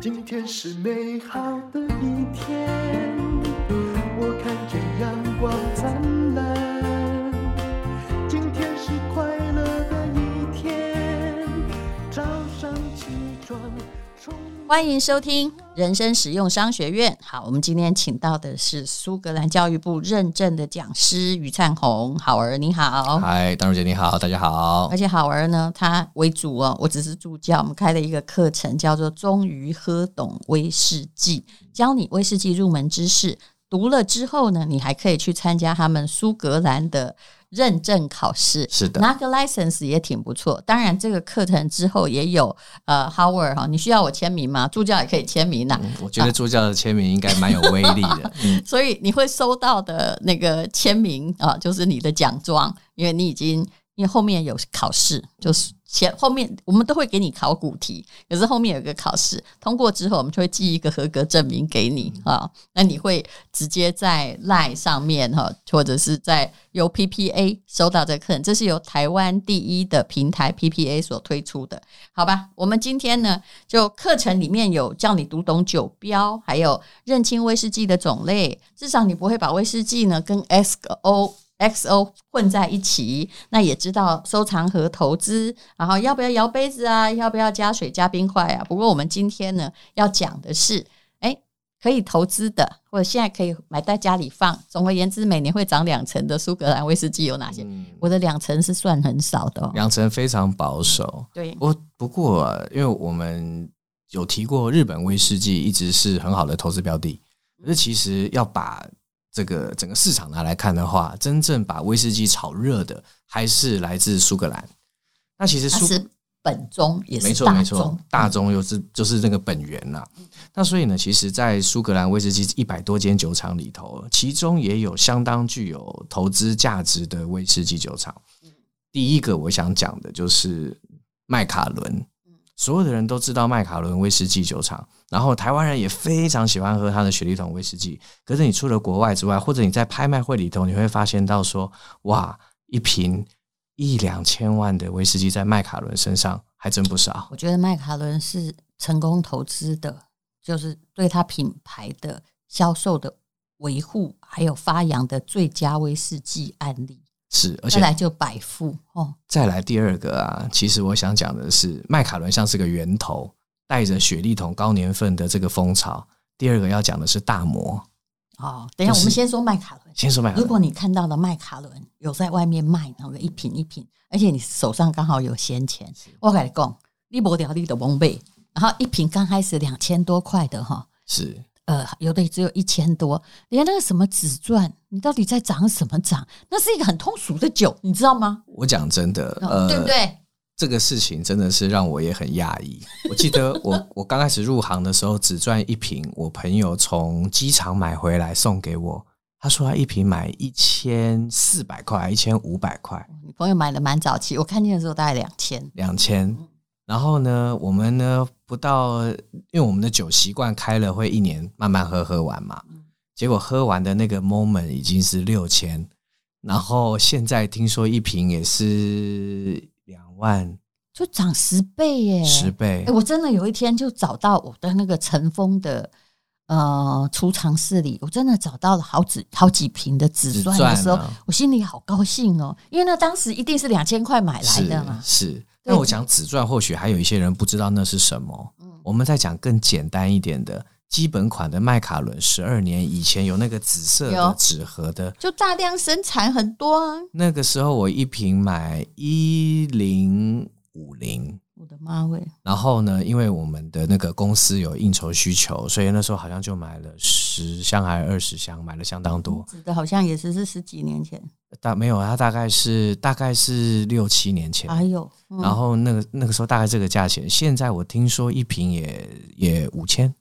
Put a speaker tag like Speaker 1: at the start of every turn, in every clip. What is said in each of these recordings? Speaker 1: 今天是美好的一天，我看见阳光灿烂。今天是快乐的一天，早上起床充满。
Speaker 2: 欢迎收听人生实用商学院。好，我们今天请到的是苏格兰教育部认证的讲师于灿宏，好儿你好。
Speaker 3: 嗨，丹如姐你好，大家好
Speaker 2: 而。且好儿呢，他为主哦，我只是助教，我们开了一个课程，叫做《终于喝懂威士忌》，教你威士忌入门知识。读了之后呢，你还可以去参加他们苏格兰的认证考试，
Speaker 3: 是的
Speaker 2: 拿个 license 也挺不错。当然，这个课程之后也有呃 Howard 哈，你需要我签名吗？助教也可以签名呐、
Speaker 3: 嗯我觉得助教的签名应该蛮有威力的。嗯，
Speaker 2: 所以你会收到的那个签名啊，就是你的奖状，因为你已经因为后面有考试，就是前后面我们都会给你考古题，可是后面有一个考试通过之后，我们就会寄一个合格证明给你啊。那你会直接在 LINE 上面哈、或者是在由 PPA 收到这个课程，这是由台湾第一的平台 PPA 所推出的。好吧，我们今天呢，就课程里面有叫你读懂酒标，还有认清威士忌的种类，至少你不会把威士忌呢跟 XO。XO 混在一起，那也知道收藏和投资，然后要不要摇杯子啊？要不要加水加冰块啊？不过我们今天呢要讲的是，哎，可以投资的，或者现在可以买在家里放。总而言之，每年会涨两成的苏格兰威士忌有哪些？
Speaker 3: 嗯
Speaker 2: 我的两成是算很少的、哦。
Speaker 3: 养成非常保守。
Speaker 2: 对，
Speaker 3: 我不过、啊，因为我们有提过，日本威士忌一直是很好的投资标的。可是其实要把这个整个市场拿来看的话，真正把威士忌炒热的还是来自苏格兰。那其实
Speaker 2: 它
Speaker 3: 苏
Speaker 2: 是本宗，也
Speaker 3: 没
Speaker 2: 是
Speaker 3: 错没
Speaker 2: 大
Speaker 3: 错
Speaker 2: 宗，，嗯
Speaker 3: 大宗又是就是那个本源啦、那所以呢，其实，在苏格兰威士忌一百多间酒厂里头，其中也有相当具有投资价值的威士忌酒厂。第一个我想讲的就是麦卡伦，所有的人都知道麦卡伦威士忌酒厂，然后台湾人也非常喜欢喝它的雪莉桶威士忌。可是你除了国外之外，或者你在拍卖会里头，你会发现到说，哇，一瓶一两千万的威士忌在麦卡伦身上还真不少。
Speaker 2: 我觉得麦卡伦是成功投资的，就是对他品牌的销售的维护还有发扬的最佳威士忌案例。
Speaker 3: 是，而
Speaker 2: 再
Speaker 3: 且
Speaker 2: 来就百富哦，
Speaker 3: 再来第二个啊，其实我想讲的是，麦卡伦像是个源头，带着雪莉桶高年份的这个风潮。第二个要讲的是大摩，
Speaker 2: 哦，等一下，
Speaker 3: 就是啊
Speaker 2: 我们先说麦卡伦。
Speaker 3: 先说麦卡
Speaker 2: 如果
Speaker 3: 伦，
Speaker 2: 你看到了麦卡伦有在外面卖那个一瓶一瓶，而且你手上刚好有闲钱，我跟你讲，你不掉你的蒙贝，然后一瓶刚开始两千多块的哈，
Speaker 3: 是
Speaker 2: 呃，有的也只有一千多，连那个什么紫钻，你到底在涨什么涨？那是一个很通俗的酒，你知道吗？
Speaker 3: 我讲真的，
Speaker 2: 嗯
Speaker 3: 呃
Speaker 2: 对不对？
Speaker 3: 这个事情真的是让我也很讶异。我记得我 我刚开始入行的时候，只赚一瓶，我朋友从机场买回来送给我，他说他一瓶买一千四百块，一千五百块。
Speaker 2: 你朋友买的蛮早期，我看见的时候大概两千，
Speaker 3: 两千。
Speaker 2: 嗯
Speaker 3: 然后呢，我们呢不到，因为我们的酒习惯开了会一年慢慢喝喝完嘛，
Speaker 2: 嗯
Speaker 3: 结果喝完的那个 moment 已经是六千，然后现在听说一瓶也是两万
Speaker 2: 就涨十倍耶！
Speaker 3: 十倍
Speaker 2: 哎，，我真的有一天就找到我的那个尘封的呃储藏室里，我真的找到了好几好几瓶的紫钻的时候，
Speaker 3: 紫钻啊
Speaker 2: 我心里好高兴哦，因为那当时一定是两千块买来
Speaker 3: 是
Speaker 2: 的嘛。
Speaker 3: 是。那我讲紫钻，或许还有一些人不知道那是什么。
Speaker 2: 嗯
Speaker 3: 我们再讲更简单一点的，基本款的麦卡伦十二年以前有那个紫色
Speaker 2: 有
Speaker 3: 的纸盒的，
Speaker 2: 就大量生产很多啊！
Speaker 3: 那个时候我一瓶买一零五零，
Speaker 2: 我的妈喂，
Speaker 3: 然后呢，因为我们的那个公司有应酬需求，所以那时候好像就买了十箱还是二十箱，买了相当多。
Speaker 2: 指嗯的好像也只是十几年前。
Speaker 3: 大没有，它大概是大概是六七年前，
Speaker 2: 还有，嗯
Speaker 3: 然后那个那个时候大概这个价钱，现在我听说一瓶也也五千，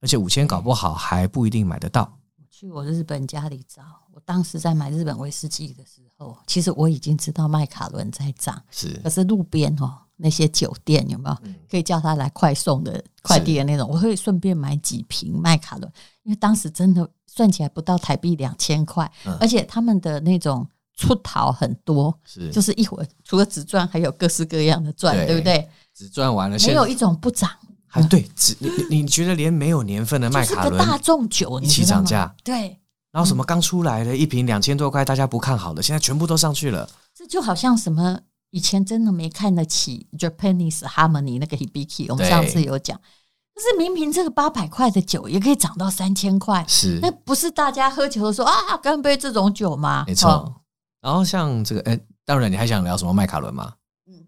Speaker 3: 而且五千搞不好还不一定买得到。
Speaker 2: 去我日本家里找，我当时在买日本威士忌的时候，其实我已经知道麦卡伦在涨，
Speaker 3: 是
Speaker 2: 可是路边哦那些酒店有没有可以叫他来快送的快递的那种，我会顺便买几瓶麦卡伦，因为当时真的算起来不到台币两千块，
Speaker 3: 嗯
Speaker 2: 而且他们的那种出逃很多，
Speaker 3: 嗯是，
Speaker 2: 就是是一会儿除了紫钻还有各式各样的钻，
Speaker 3: 对
Speaker 2: 对不对？
Speaker 3: 只赚完了，
Speaker 2: 没
Speaker 3: 现
Speaker 2: 有一种不涨。
Speaker 3: 还对，只你你你觉得连没有年份的
Speaker 2: 就
Speaker 3: 麦
Speaker 2: 是
Speaker 3: 卡
Speaker 2: 个大
Speaker 3: 伦
Speaker 2: 众酒，
Speaker 3: 一
Speaker 2: 你
Speaker 3: 起
Speaker 2: 知道
Speaker 3: 涨
Speaker 2: 吗？
Speaker 3: 价，
Speaker 2: 对，
Speaker 3: 然后什么刚出来的一瓶两千多块，大家不看好的，现在全部都上去了。
Speaker 2: 这就好像什么以前真的没看得起 Japanese Harmony 那个 Hibiki，我们
Speaker 3: 对
Speaker 2: 上次有讲，但是明明这个八百块的酒也可以涨到三千块，
Speaker 3: 是
Speaker 2: 那不是大家喝酒的时候啊干杯这种酒吗？
Speaker 3: 没错。
Speaker 2: 哦
Speaker 3: 然后像这个，哎、当然你还想聊什么麦卡伦吗？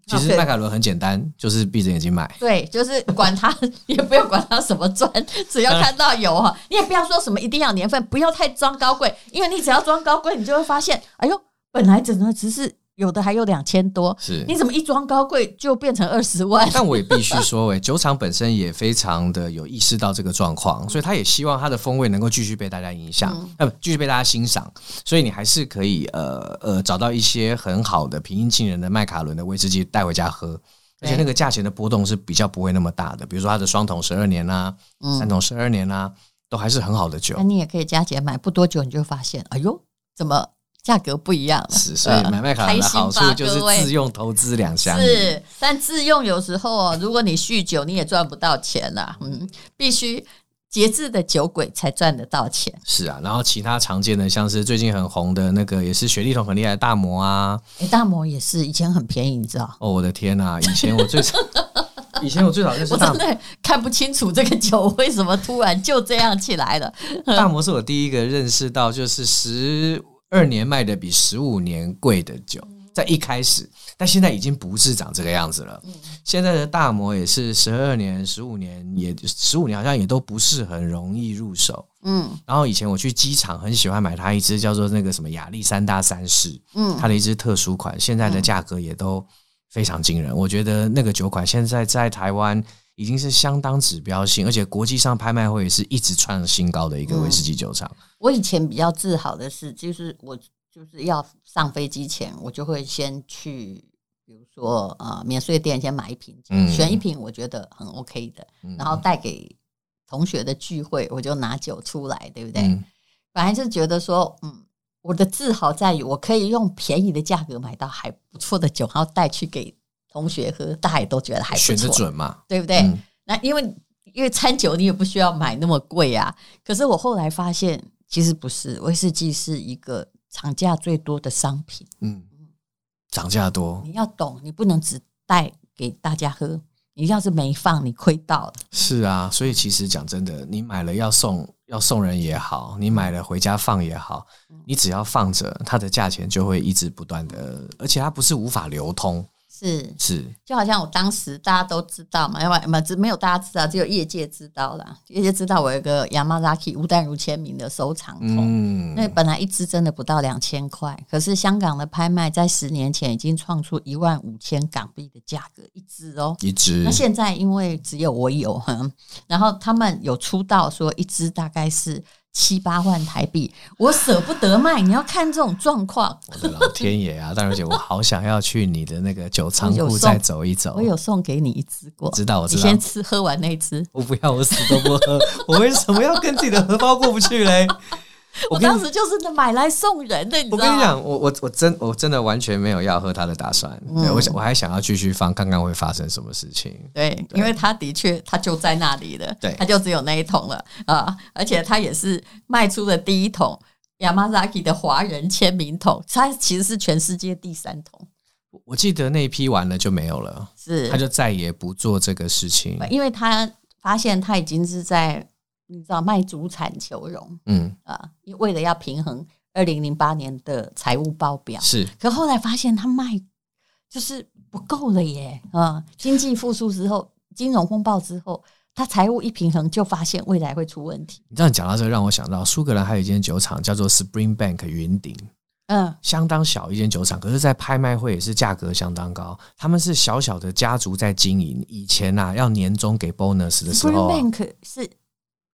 Speaker 3: 其
Speaker 2: 哦
Speaker 3: 实
Speaker 2: 对
Speaker 3: 麦卡伦很简单，就是闭着眼睛买。
Speaker 2: 对，就是管他， 也不用管他什么砖，只要看到有 啊，你也不要说什么一定要年份，不要太装高贵，因为你只要装高贵，你就会发现，哎呦，本来只能只是有的还有两千多，
Speaker 3: 是
Speaker 2: 你怎么一装高贵就变成二十万？
Speaker 3: 但我也必须说、哎，酒厂本身也非常的有意识到这个状况，
Speaker 2: 嗯
Speaker 3: 所以他也希望他的风味能够继续被大家影响，呃、不继续被大家欣赏。所以你还是可以呃呃找到一些很好的平易近人的麦卡伦的威士忌带回家喝。而且那个价钱的波动是比较不会那么大的，比如说它的双桶十二年啊啦、
Speaker 2: 嗯
Speaker 3: 三桶十二年啦、都还是很好的酒
Speaker 2: 那。你也可以加钱买，不多久你就发现，哎呦，怎么价格不一样了？
Speaker 3: 是，所以
Speaker 2: 呃
Speaker 3: 买麦卡伦的好处就是自。用投资两
Speaker 2: 开心吧
Speaker 3: 相
Speaker 2: 各
Speaker 3: 宜
Speaker 2: 位是，但自用有时候哦，如果你酗酒，你也赚不到钱啦、嗯，必须节制的酒鬼才赚得到钱。
Speaker 3: 是啊，然后其他常见的像是最近很红的那个，也是雪莉桶很厉害的大魔啊。
Speaker 2: 诶哎大摩也是以前很便宜，你知道？
Speaker 3: 哦，我的天呐、以前我 最早，以前我最早认识
Speaker 2: 我
Speaker 3: 大
Speaker 2: 真
Speaker 3: 魔，
Speaker 2: 的看不清楚这个酒为什么突然就这样起来了。
Speaker 3: 大魔是我第一个认识到，就是十二年卖的比十五年贵的酒，在一开始，但现在已经不是长这个样子了。
Speaker 2: 嗯
Speaker 3: 现在的大魔也是十二年、十五年，也十五年好像也都不是很容易入手。
Speaker 2: 嗯
Speaker 3: 然后以前我去机场很喜欢买它一支叫做那个什么亚历山大三世，
Speaker 2: 嗯，
Speaker 3: 它的一支特殊款，现在的价格也都非常惊人。我觉得那个酒款现在在台湾已经是相当指标性，而且国际上拍卖会也是一直创新高的一个威士忌酒厂。
Speaker 2: 我以前比较自豪的是，就是我就是要上飞机前，我就会先去，比如说呃免税店先买一瓶酒，
Speaker 3: 嗯
Speaker 2: 选一瓶我觉得很 OK 的，
Speaker 3: 嗯
Speaker 2: 然后带给同学的聚会，我就拿酒出来，对不对？
Speaker 3: 嗯，
Speaker 2: 本来就觉得说，嗯，我的自豪在于我可以用便宜的价格买到还不错的酒，然后带去给同学喝，大家也都觉得还不
Speaker 3: 选的
Speaker 2: 错，
Speaker 3: 准嘛？
Speaker 2: 对不对？
Speaker 3: 嗯
Speaker 2: 那因为因为餐酒你也不需要买那么贵啊。可是我后来发现，其实不是，威士忌是一个涨价最多的商品，
Speaker 3: 嗯，涨价多
Speaker 2: 你要懂，你不能只带给大家喝。你要是没放，你亏到了。
Speaker 3: 是啊，所以其实讲真的，你买了要送要送人也好，你买了回家放也好，
Speaker 2: 嗯
Speaker 3: 你只要放着，它的价钱就会一直不断的，而且它不是无法流通，
Speaker 2: 是，
Speaker 3: 是
Speaker 2: 就好像我当时大家都知道嘛，要不然嘛，只没有大家知道，只有业界知道啦。业界知道我有一个 Yamazaki 吴淡如签名的收藏桶，
Speaker 3: 嗯
Speaker 2: 那、本来一只真的不到两千块，可是香港的拍卖在十年前已经创出一万五千港币的价格一只哦。
Speaker 3: 一直
Speaker 2: 那现在因为只有我有，哼，然后他们有出到说一只大概是七八万台币，我舍不得卖。你要看这种状况，
Speaker 3: 我的老天爷 啊！大小姐，我好想要去你的那个酒仓
Speaker 2: 有
Speaker 3: 库
Speaker 2: 送
Speaker 3: 再走一走。
Speaker 2: 我有送给你一只过，
Speaker 3: 知道我知道
Speaker 2: 你先吃喝完那一只，
Speaker 3: 我不要，我死都不喝。 我为什么要跟自己的荷包过不去嘞？
Speaker 2: 我
Speaker 3: 跟
Speaker 2: 当
Speaker 3: 你
Speaker 2: 时就是买来送人的，你知
Speaker 3: 我
Speaker 2: 道啊
Speaker 3: 跟你
Speaker 2: 吗？
Speaker 3: 讲，我我我真我真的完全没有要喝他的打算。
Speaker 2: 嗯
Speaker 3: 对我想我还想要继续放，看看会发生什么事情。
Speaker 2: 对，因为他的确他就在那里了，
Speaker 3: 对
Speaker 2: 他就只有那一桶了啊！而且他也是卖出的第一桶 Yamazaki 的华人签名桶，他其实是全世界第三桶，
Speaker 3: 我我记得那一批完了就没有了，
Speaker 2: 是
Speaker 3: 他就再也不做这个事情。
Speaker 2: 因为他发现他已经是在你知道卖主产求荣
Speaker 3: 嗯，
Speaker 2: 啊，因为了要平衡二零零八年的财务报表，
Speaker 3: 是
Speaker 2: 可后来发现他卖就是不够了耶，啊，经济复苏之后，金融风暴之后，他财务一平衡就发现未来会出问题。
Speaker 3: 你这样讲到这个，让我想到苏格兰还有一间酒厂叫做 Springbank 云顶。
Speaker 2: 嗯，
Speaker 3: 相当小一间酒厂，可是，在拍卖会也是价格相当高。他们是小小的家族在经营，以前呐、啊、要年终给 bonus 的时
Speaker 2: Spring
Speaker 3: 候啊、
Speaker 2: Bank 是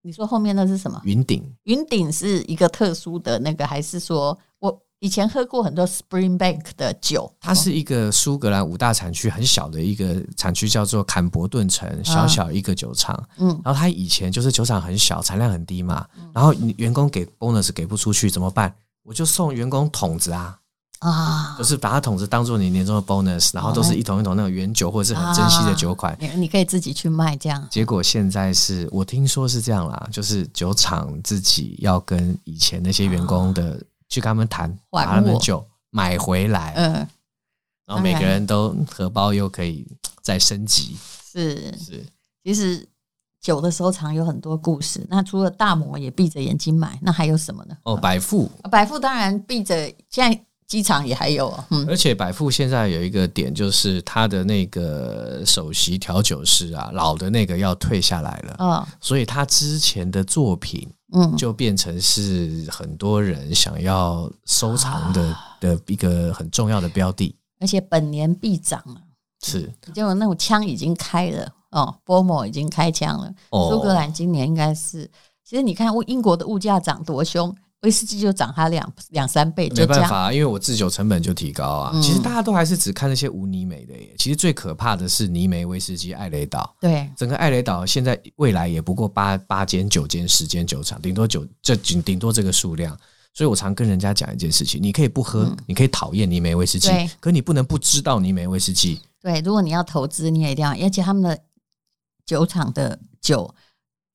Speaker 2: 你说后面那是什么？
Speaker 3: 云顶
Speaker 2: 云顶是一个特殊的那个，还是说我以前喝过很多 Spring Bank 的酒？
Speaker 3: 它是一个苏格兰五大产区很小的一个产区，叫做坎伯顿城，小小一个酒厂。
Speaker 2: 啊嗯
Speaker 3: 然后它以前就是酒厂很小，产量很低嘛，然后你员工给 bonus 给不出去怎么办？我就送员工桶子啊，
Speaker 2: 啊
Speaker 3: 就，是把它桶子当做你年终的 bonus，然后都
Speaker 2: 哦
Speaker 3: 是一桶一桶那种原酒或者是很珍惜的
Speaker 2: 啊
Speaker 3: 酒款。
Speaker 2: 你你可以自己去卖这样。
Speaker 3: 结果现在是我听说是这样啦，就是酒厂自己要跟以前那些员工的、去跟他们谈，
Speaker 2: 还
Speaker 3: 把
Speaker 2: 我
Speaker 3: 他们酒买回来，
Speaker 2: 啊嗯，
Speaker 3: 然后每个人都荷包又可以再升级，
Speaker 2: 是，
Speaker 3: 是
Speaker 2: 其实酒的收藏有很多故事。那除了大摩也闭着眼睛买，那还有什么呢？
Speaker 3: 哦，百富。
Speaker 2: 啊百富当然闭着，现在机场也还有哦，嗯，
Speaker 3: 而且百富现在有一个点，就是他的那个首席调酒师啊，老的那个要退下来了，
Speaker 2: 哦，
Speaker 3: 所以他之前的作品
Speaker 2: 嗯，
Speaker 3: 就变成是很多人想要收藏的、
Speaker 2: 啊
Speaker 3: 的一个很重要的标的。
Speaker 2: 而且本年必涨了，
Speaker 3: 是
Speaker 2: 就那种枪已经开了哦，波摩已经开枪了。
Speaker 3: 哦
Speaker 2: 苏格兰今年应该是，其实你看，英国的物价涨多凶，威士忌就涨它两两三倍，就
Speaker 3: 没
Speaker 2: 这
Speaker 3: 办
Speaker 2: 样。
Speaker 3: 法，啊因为我制酒成本就提高啊。
Speaker 2: 嗯
Speaker 3: 其实大家都还是只看那些无泥煤的耶。其实最可怕的是泥煤威士忌艾雷岛，
Speaker 2: 对，
Speaker 3: 整个艾雷岛现在未来也不过八八间、九间、十间酒厂，顶多九这顶顶多这个数量。所以我常跟人家讲一件事情：你可以不喝，你可以讨厌泥煤威士忌
Speaker 2: 嗯对，
Speaker 3: 可你不能不知道泥煤威士忌。
Speaker 2: 对，如果你要投资，你也一定要，而且他们的酒厂的酒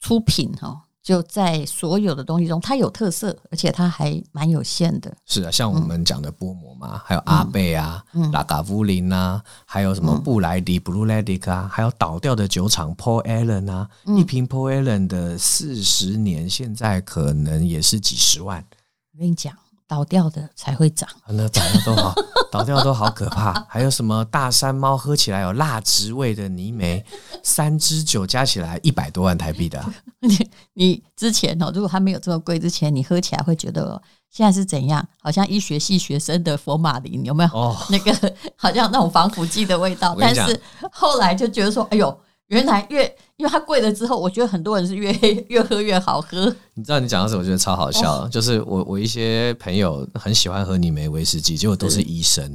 Speaker 2: 出品哦，就在所有的东西中，它有特色，而且它还蛮有限的。
Speaker 3: 是啊，像我们讲的波摩嘛，还有阿贝啊、
Speaker 2: 嗯
Speaker 3: 拉嘎乌林啊，还有什么布莱迪、布鲁莱迪克啊，还有倒掉的酒厂 Paul Allen 啊，
Speaker 2: 嗯
Speaker 3: 一瓶 Paul Allen 的四十年，现在可能也是几十万。
Speaker 2: 我跟你讲，倒掉的才会涨。
Speaker 3: 啊那倒掉都好， 倒掉都好可怕。还有什么大山猫喝起来有辣植味的泥煤，三支酒加起来一百多万台币的啊、
Speaker 2: 你你之前哦，如果它没有这么贵之前，你喝起来会觉得哦现在是怎样？好像医学系学生的佛马林有没有？
Speaker 3: 哦。
Speaker 2: 那个好像那种防腐剂的味道
Speaker 3: 我。跟
Speaker 2: 但
Speaker 3: 你讲
Speaker 2: 是后来就觉得说，哎呦，原来越因为它贵了之后，我觉得很多人是越越喝越好喝。
Speaker 3: 你知道你讲到什么，我觉得超好笑。就是我我一些朋友很喜欢喝泥煤威士忌，结果都是医生，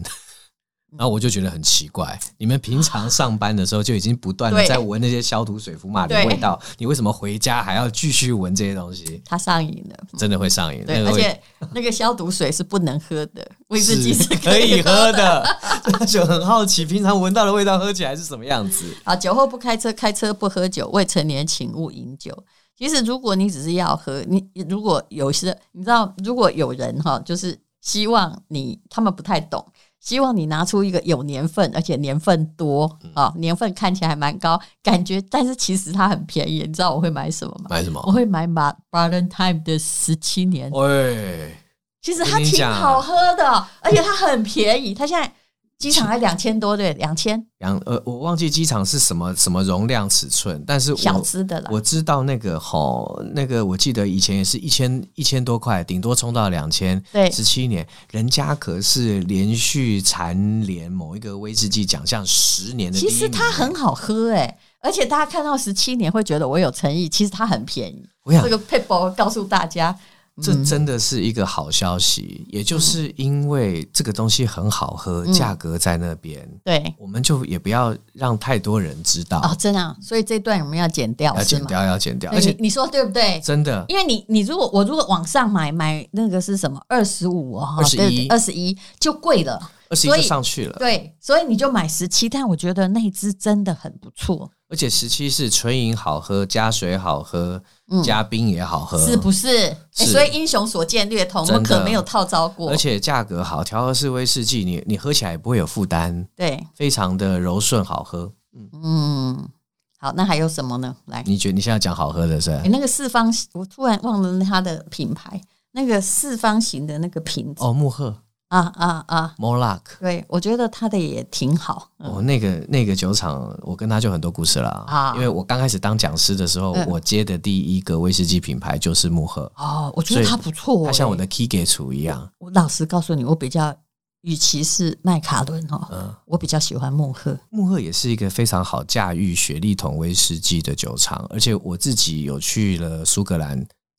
Speaker 3: 然后我就觉得很奇怪，你们平常上班的时候就已经不断的
Speaker 2: 对
Speaker 3: 在闻那些消毒水、福马林
Speaker 2: 对
Speaker 3: 味道，你为什么回家还要继续闻这些东西？
Speaker 2: 它上瘾了，
Speaker 3: 真的会上瘾，那
Speaker 2: 对，
Speaker 3: 个
Speaker 2: 而
Speaker 3: 味
Speaker 2: 且那个消毒水是不能喝 的，威士忌是
Speaker 3: 可以喝的， 就很好奇，平常闻到的味道喝起来是什么样子？
Speaker 2: 啊，酒后不开车，开车不喝酒，未成年请勿饮酒。其实，如果你只是要喝，你如果有些你知道，如果有人哈，就是希望你他们不太懂，希望你拿出一个有年份，而且年份多
Speaker 3: 嗯
Speaker 2: 啊、年份看起来还蛮高，感觉但是其实它很便宜。你知道我会买什么吗？
Speaker 3: 买什么
Speaker 2: 我？会买马 Valentine 的十七年，
Speaker 3: 喂，
Speaker 2: 其实
Speaker 3: 哦我
Speaker 2: 它
Speaker 3: 跟你
Speaker 2: 挺
Speaker 3: 讲啊
Speaker 2: 好喝的，而且它很便宜。它现在机场还两千多对，两千
Speaker 3: 杨呃，我忘记机场是什么什么容量尺寸，但是我
Speaker 2: 小资的啦。
Speaker 3: 我知道那个吼，那个我记得以前也是一千一千多块，顶多冲到两千。
Speaker 2: 对
Speaker 3: 十七年，人家可是连续蝉联某一个威士忌奖项十年的第一
Speaker 2: 其
Speaker 3: 名。
Speaker 2: 实它很，好喝哎、而且大家看到十七年会觉得我有诚意，其实它很便宜。
Speaker 3: 我想
Speaker 2: 这个 p a p e 告诉大家，
Speaker 3: 这
Speaker 2: 嗯
Speaker 3: 真的是一个好消息，也就是因为这个东西很好
Speaker 2: 嗯
Speaker 3: 喝，价格在那边，
Speaker 2: 对
Speaker 3: 我们就也不要让太多人知道，
Speaker 2: 哦，真的啊、所以这段我们要剪掉，
Speaker 3: 要
Speaker 2: 是
Speaker 3: 剪
Speaker 2: 吗？
Speaker 3: 掉，要剪掉，
Speaker 2: 对
Speaker 3: 而且
Speaker 2: 你你说对不对？
Speaker 3: 真的
Speaker 2: 因为你你如果我如果往上买买那个是什么二十五哦，
Speaker 3: 21
Speaker 2: 二十一就贵了，
Speaker 3: 二十一
Speaker 2: 所以
Speaker 3: 就上去了，
Speaker 2: 对，所以你就买十七，但我觉得那一支真的很不错，
Speaker 3: 而且十七是纯饮好喝，加水好喝，加冰也好喝，
Speaker 2: 嗯是不是？诶
Speaker 3: 呃是
Speaker 2: 所以英雄所见略同，我们
Speaker 3: 真的
Speaker 2: 可没有套招过，
Speaker 3: 而且价格好，调和式威士忌你你喝起来也不会有负担，
Speaker 2: 对，
Speaker 3: 非常的柔顺好喝。
Speaker 2: 嗯，好，那还有什么呢？来。
Speaker 3: 你觉得你现在讲好喝的是吧
Speaker 2: 哎、那个四方形，我突然忘了它的品牌，那个四方形的那个瓶子，
Speaker 3: 哦，木鹤
Speaker 2: 啊啊啊！
Speaker 3: Molac，
Speaker 2: 对，我觉得它的也挺好，嗯
Speaker 3: 哦，那个那个酒厂，我跟他就很多故事了
Speaker 2: 啊
Speaker 3: 因为我刚开始当讲师的时候，
Speaker 2: 嗯
Speaker 3: 我接的第一个威士忌品牌就是木鹤，
Speaker 2: 哦，我觉得它不错、
Speaker 3: 它像我
Speaker 2: 诶，
Speaker 3: 的 Key 给厨一样，
Speaker 2: 我老实告诉你，我比较，与其是麦卡伦哦，
Speaker 3: 嗯
Speaker 2: 我比较喜欢慕赫。
Speaker 3: 木鹤也是一个非常好驾驭雪莉桶威士忌的酒厂，而且我自己有去了苏格兰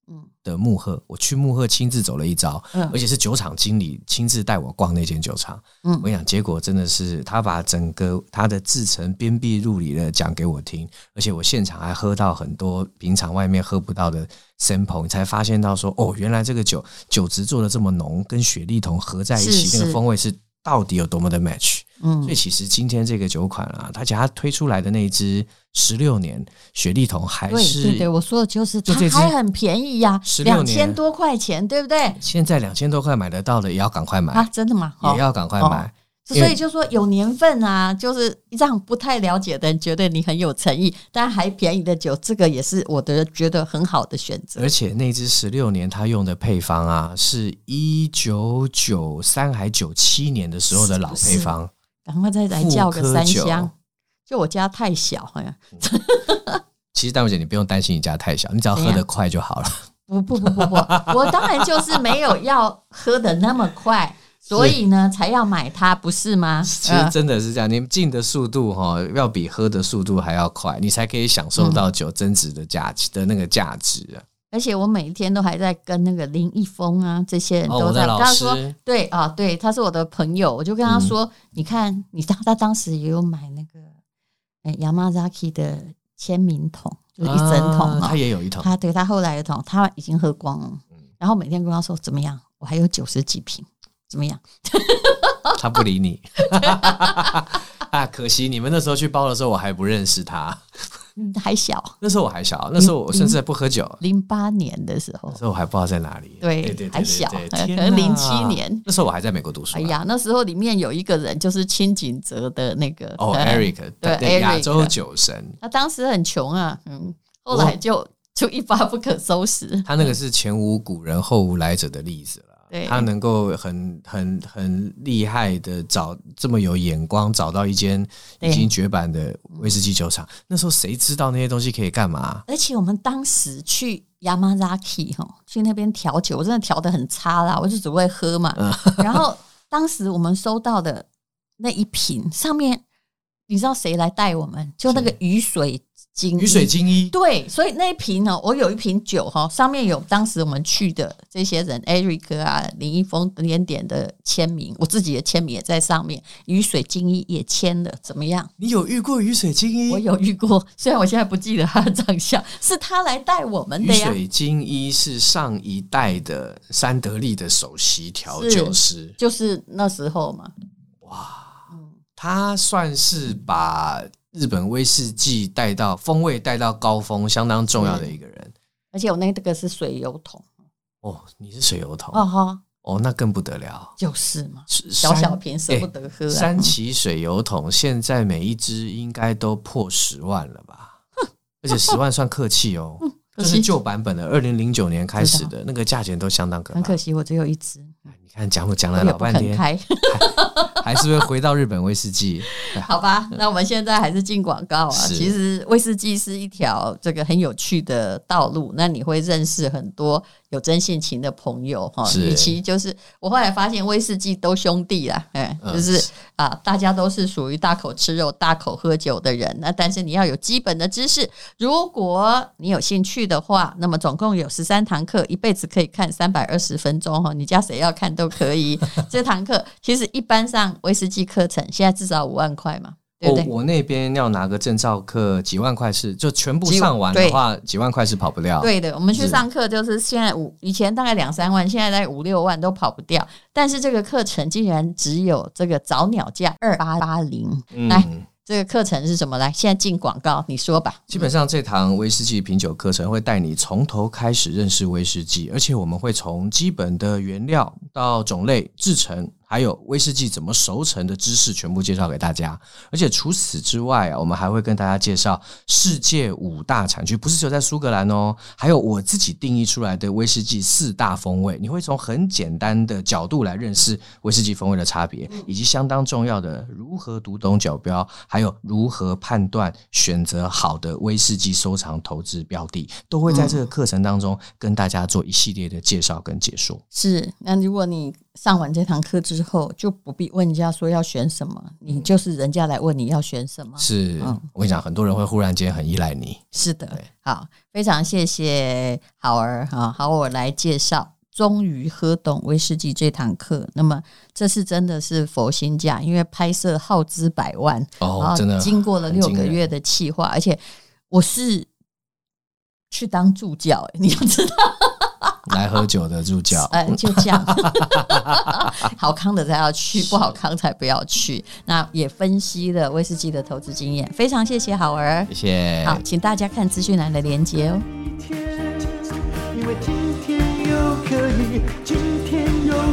Speaker 2: 嗯
Speaker 3: 的慕鹤，我去慕鹤亲自走了一遭，
Speaker 2: 嗯
Speaker 3: 而且是酒厂经理亲自带我逛那间酒厂。
Speaker 2: 嗯
Speaker 3: 我跟你讲，结果真的是他把整个他的制成鞭辟入里的讲给我听，而且我现场还喝到很多平常外面喝不到的 sample，你才发现到说，哦，原来这个酒酒质做的这么浓，跟雪莉桶合在一起，
Speaker 2: 是
Speaker 3: 那个
Speaker 2: 是
Speaker 3: 风味是到底有多么的 match。所
Speaker 2: 嗯
Speaker 3: 以其实今天这个酒款啊，而且它推出来的那一支十六年雪莉桶还
Speaker 2: 对
Speaker 3: 是
Speaker 2: 对对，我说的就是它
Speaker 3: 就这只
Speaker 2: 还很便宜呀、2两
Speaker 3: 16
Speaker 2: 千
Speaker 3: 年
Speaker 2: 多块钱，对不对？
Speaker 3: 现在两千多块买得到的，也要赶快买，
Speaker 2: 啊，真的吗？
Speaker 3: 也要赶快买。因为
Speaker 2: 所以就说有年份啊，就是让不太了解的人觉得你很有诚意，但还便宜的酒，这个也是我的觉得很好的选择。
Speaker 3: 而且那支十六年它用的配方啊，是一九九三还九七年的时候的老配方，
Speaker 2: 赶快再来叫个三
Speaker 3: 妇科
Speaker 2: 箱
Speaker 3: 酒，
Speaker 2: 就我家太小，好像
Speaker 3: 其实大伟姐，你不用担心你家太小，你只要喝
Speaker 2: 怎
Speaker 3: 得
Speaker 2: 样
Speaker 3: 快 就好了。
Speaker 2: 不不不不不，我当然就是没有要喝的那么快，所以呢才要买它，不是吗？
Speaker 3: 其实真的是这样，你进的速度哈、哦，要比喝的速度还要快，你才可以享受到酒增值的价值、的那个价值啊。
Speaker 2: 而且我每天都还在跟那个林一峰啊这些人
Speaker 3: 哦
Speaker 2: 都
Speaker 3: 我的
Speaker 2: 在，
Speaker 3: 老
Speaker 2: 他说
Speaker 3: 师
Speaker 2: 对啊，对，他是我的朋友，我就
Speaker 3: 嗯
Speaker 2: 跟他说，你看你他他当时也有买那个呃 Yamazaki 的签名桶，就是一整桶
Speaker 3: 啊
Speaker 2: 啊，
Speaker 3: 它也嗯有 一桶，
Speaker 2: 他对他后来的桶他已经喝光了，然后每天跟他说怎么样，我还有九十几瓶，怎么样？
Speaker 3: 他不理你。 啊，可惜你们那时候去包的时候，我还不认识他。
Speaker 2: 嗯，还小，
Speaker 3: 那时候我还小，那时候我甚至还不喝酒，
Speaker 2: 零八年的时候
Speaker 3: 那，时候我还不知道在哪里。
Speaker 2: 对
Speaker 3: 对对，
Speaker 2: 还小哎
Speaker 3: 对
Speaker 2: 可能
Speaker 3: 天哪
Speaker 2: 07年
Speaker 3: 那时候我还在美国读书
Speaker 2: 哎
Speaker 3: 啊。
Speaker 2: 呀，那时候里面有一个人就是清景泽的那个
Speaker 3: 哦
Speaker 2: 呃
Speaker 3: ，Eric，
Speaker 2: 对
Speaker 3: 对亚
Speaker 2: Eric
Speaker 3: 洲酒神，
Speaker 2: 他当时很穷啊，嗯，后来就就一发不可收拾。
Speaker 3: 他那个是前无古人后无来者的例子了。
Speaker 2: 嗯对
Speaker 3: 他能够很很很厉害的找这么有眼光，找到一间
Speaker 2: 对
Speaker 3: 已经绝版的威士忌酒厂。
Speaker 2: 嗯
Speaker 3: 那时候谁知道那些东西可以干嘛？
Speaker 2: 而且我们当时去 Yamazaki 哈，去那边调酒，我真的调的很差啦，我就只会喝嘛。
Speaker 3: 嗯
Speaker 2: 然后当时我们收到的那一瓶上面，你知道谁来带我们？就那个雨水精，
Speaker 3: 雨水。精一，
Speaker 2: 嗯对，所以那一瓶呢，我有一瓶酒哈，上面有当时我们去的这些人，Eric 啊、林一峰、连点的签名，我自己的签名也在上面，雨水精一也签了，怎么样？
Speaker 3: 你有遇过雨水精一？
Speaker 2: 我有遇过，虽然我现在不记得他的长相，是他来带我们
Speaker 3: 雨
Speaker 2: 的呀。
Speaker 3: 水精一是上一代的三得利的首席调酒师，
Speaker 2: 就是那时候嘛，
Speaker 3: 他算是把日本威士忌带到风味带到高峰，相当重要的一个人。
Speaker 2: 而且我那个是水油桶，
Speaker 3: 哦，你是水油头
Speaker 2: 哦哈，
Speaker 3: 哦，那更不得了，
Speaker 2: 就是嘛，小
Speaker 3: 小
Speaker 2: 小瓶舍
Speaker 3: 哎
Speaker 2: 不得喝、啊。
Speaker 3: 三旗水油桶现在每一支应该都破十万了 吧？而且十万算客气哦，
Speaker 2: 可
Speaker 3: 这
Speaker 2: 惜
Speaker 3: 是旧版本的，二零零九年开始的那个价钱都相当可
Speaker 2: 很
Speaker 3: 怕
Speaker 2: 可。惜，我只有一支，
Speaker 3: 你看讲我讲
Speaker 2: 我
Speaker 3: 了
Speaker 2: 也
Speaker 3: 老
Speaker 2: 不
Speaker 3: 半
Speaker 2: 肯
Speaker 3: 天，
Speaker 2: 开。
Speaker 3: 还是会回到日本威士忌。
Speaker 2: 好吧，那我们现在还是进广告啊。
Speaker 3: 是
Speaker 2: 其实威士忌是一条这个很有趣的道路，那你会认识很多有真性情的朋友哈。
Speaker 3: 是
Speaker 2: 与其就是我后来发现威士忌都兄弟啦，哎，
Speaker 3: 嗯
Speaker 2: 就是
Speaker 3: 是
Speaker 2: 啊，大家都是属于大口吃肉、大口喝酒的人。那但是你要有基本的知识，如果你有兴趣的话，那么总共有十三堂课，一辈子可以看三百二十分钟哈，你家谁要看都可以。这堂课其实一般上威士忌课程现在至少五万块嘛，对不
Speaker 3: 我
Speaker 2: 对？
Speaker 3: 哦我那边要拿个证照课，几万块是就全部上完
Speaker 2: 几
Speaker 3: 的话，几万块是跑不掉。，
Speaker 2: 对的，我们去
Speaker 3: 是
Speaker 2: 上课就是现在五，以前大概两三万，现在大概五六万都跑不掉。但是这个课程竟然只有这个早鸟价二八八零，来
Speaker 3: 嗯，
Speaker 2: 这个课程是什么？来，现在进广告，你说吧。
Speaker 3: 基本上这堂威士忌品酒课程会带你从头开始认识威士忌，而且我们会从基本的原料到种类、制成，还有威士忌怎么熟成的知识全部介绍给大家。而且除此之外啊，我们还会跟大家介绍世界五大产区，不是只有在苏格兰哦，还有我自己定义出来的威士忌四大风味。你会从很简单的角度来认识威士忌风味的差别，以及相当重要的如何读懂酒标，还有如何判断选择好的威士忌收藏投资标的，都会在这个课程当中跟大家做一系列的介绍跟解说。
Speaker 2: 是，那如果你上完这堂课之后，就不必问人家说要选什么，你就是人家来问你要选什么。
Speaker 3: 是
Speaker 2: 嗯
Speaker 3: 我跟你讲，很多人会忽然间很依赖你。
Speaker 2: 是的
Speaker 3: 对，
Speaker 2: 好，非常谢谢好儿哈，好我来介绍。终于喝懂威士忌这堂课，那么这次真的是佛心价，因为拍摄耗资百万，
Speaker 3: 哦
Speaker 2: 然，后
Speaker 3: 真的
Speaker 2: 经过了
Speaker 3: 很
Speaker 2: 六
Speaker 3: 惊
Speaker 2: 个
Speaker 3: 人
Speaker 2: 月的企划，而且我是去当助教、欸 你要知道，，
Speaker 3: 来喝酒的助教
Speaker 2: 哎，就这样， 好康的才要去，不好康才不要去。那也分析了威士忌的投资经验，非常谢谢好儿，
Speaker 3: 谢谢。
Speaker 2: 好，请大家看资讯栏的连接哦。
Speaker 1: 一天，因为今天又可以，今天又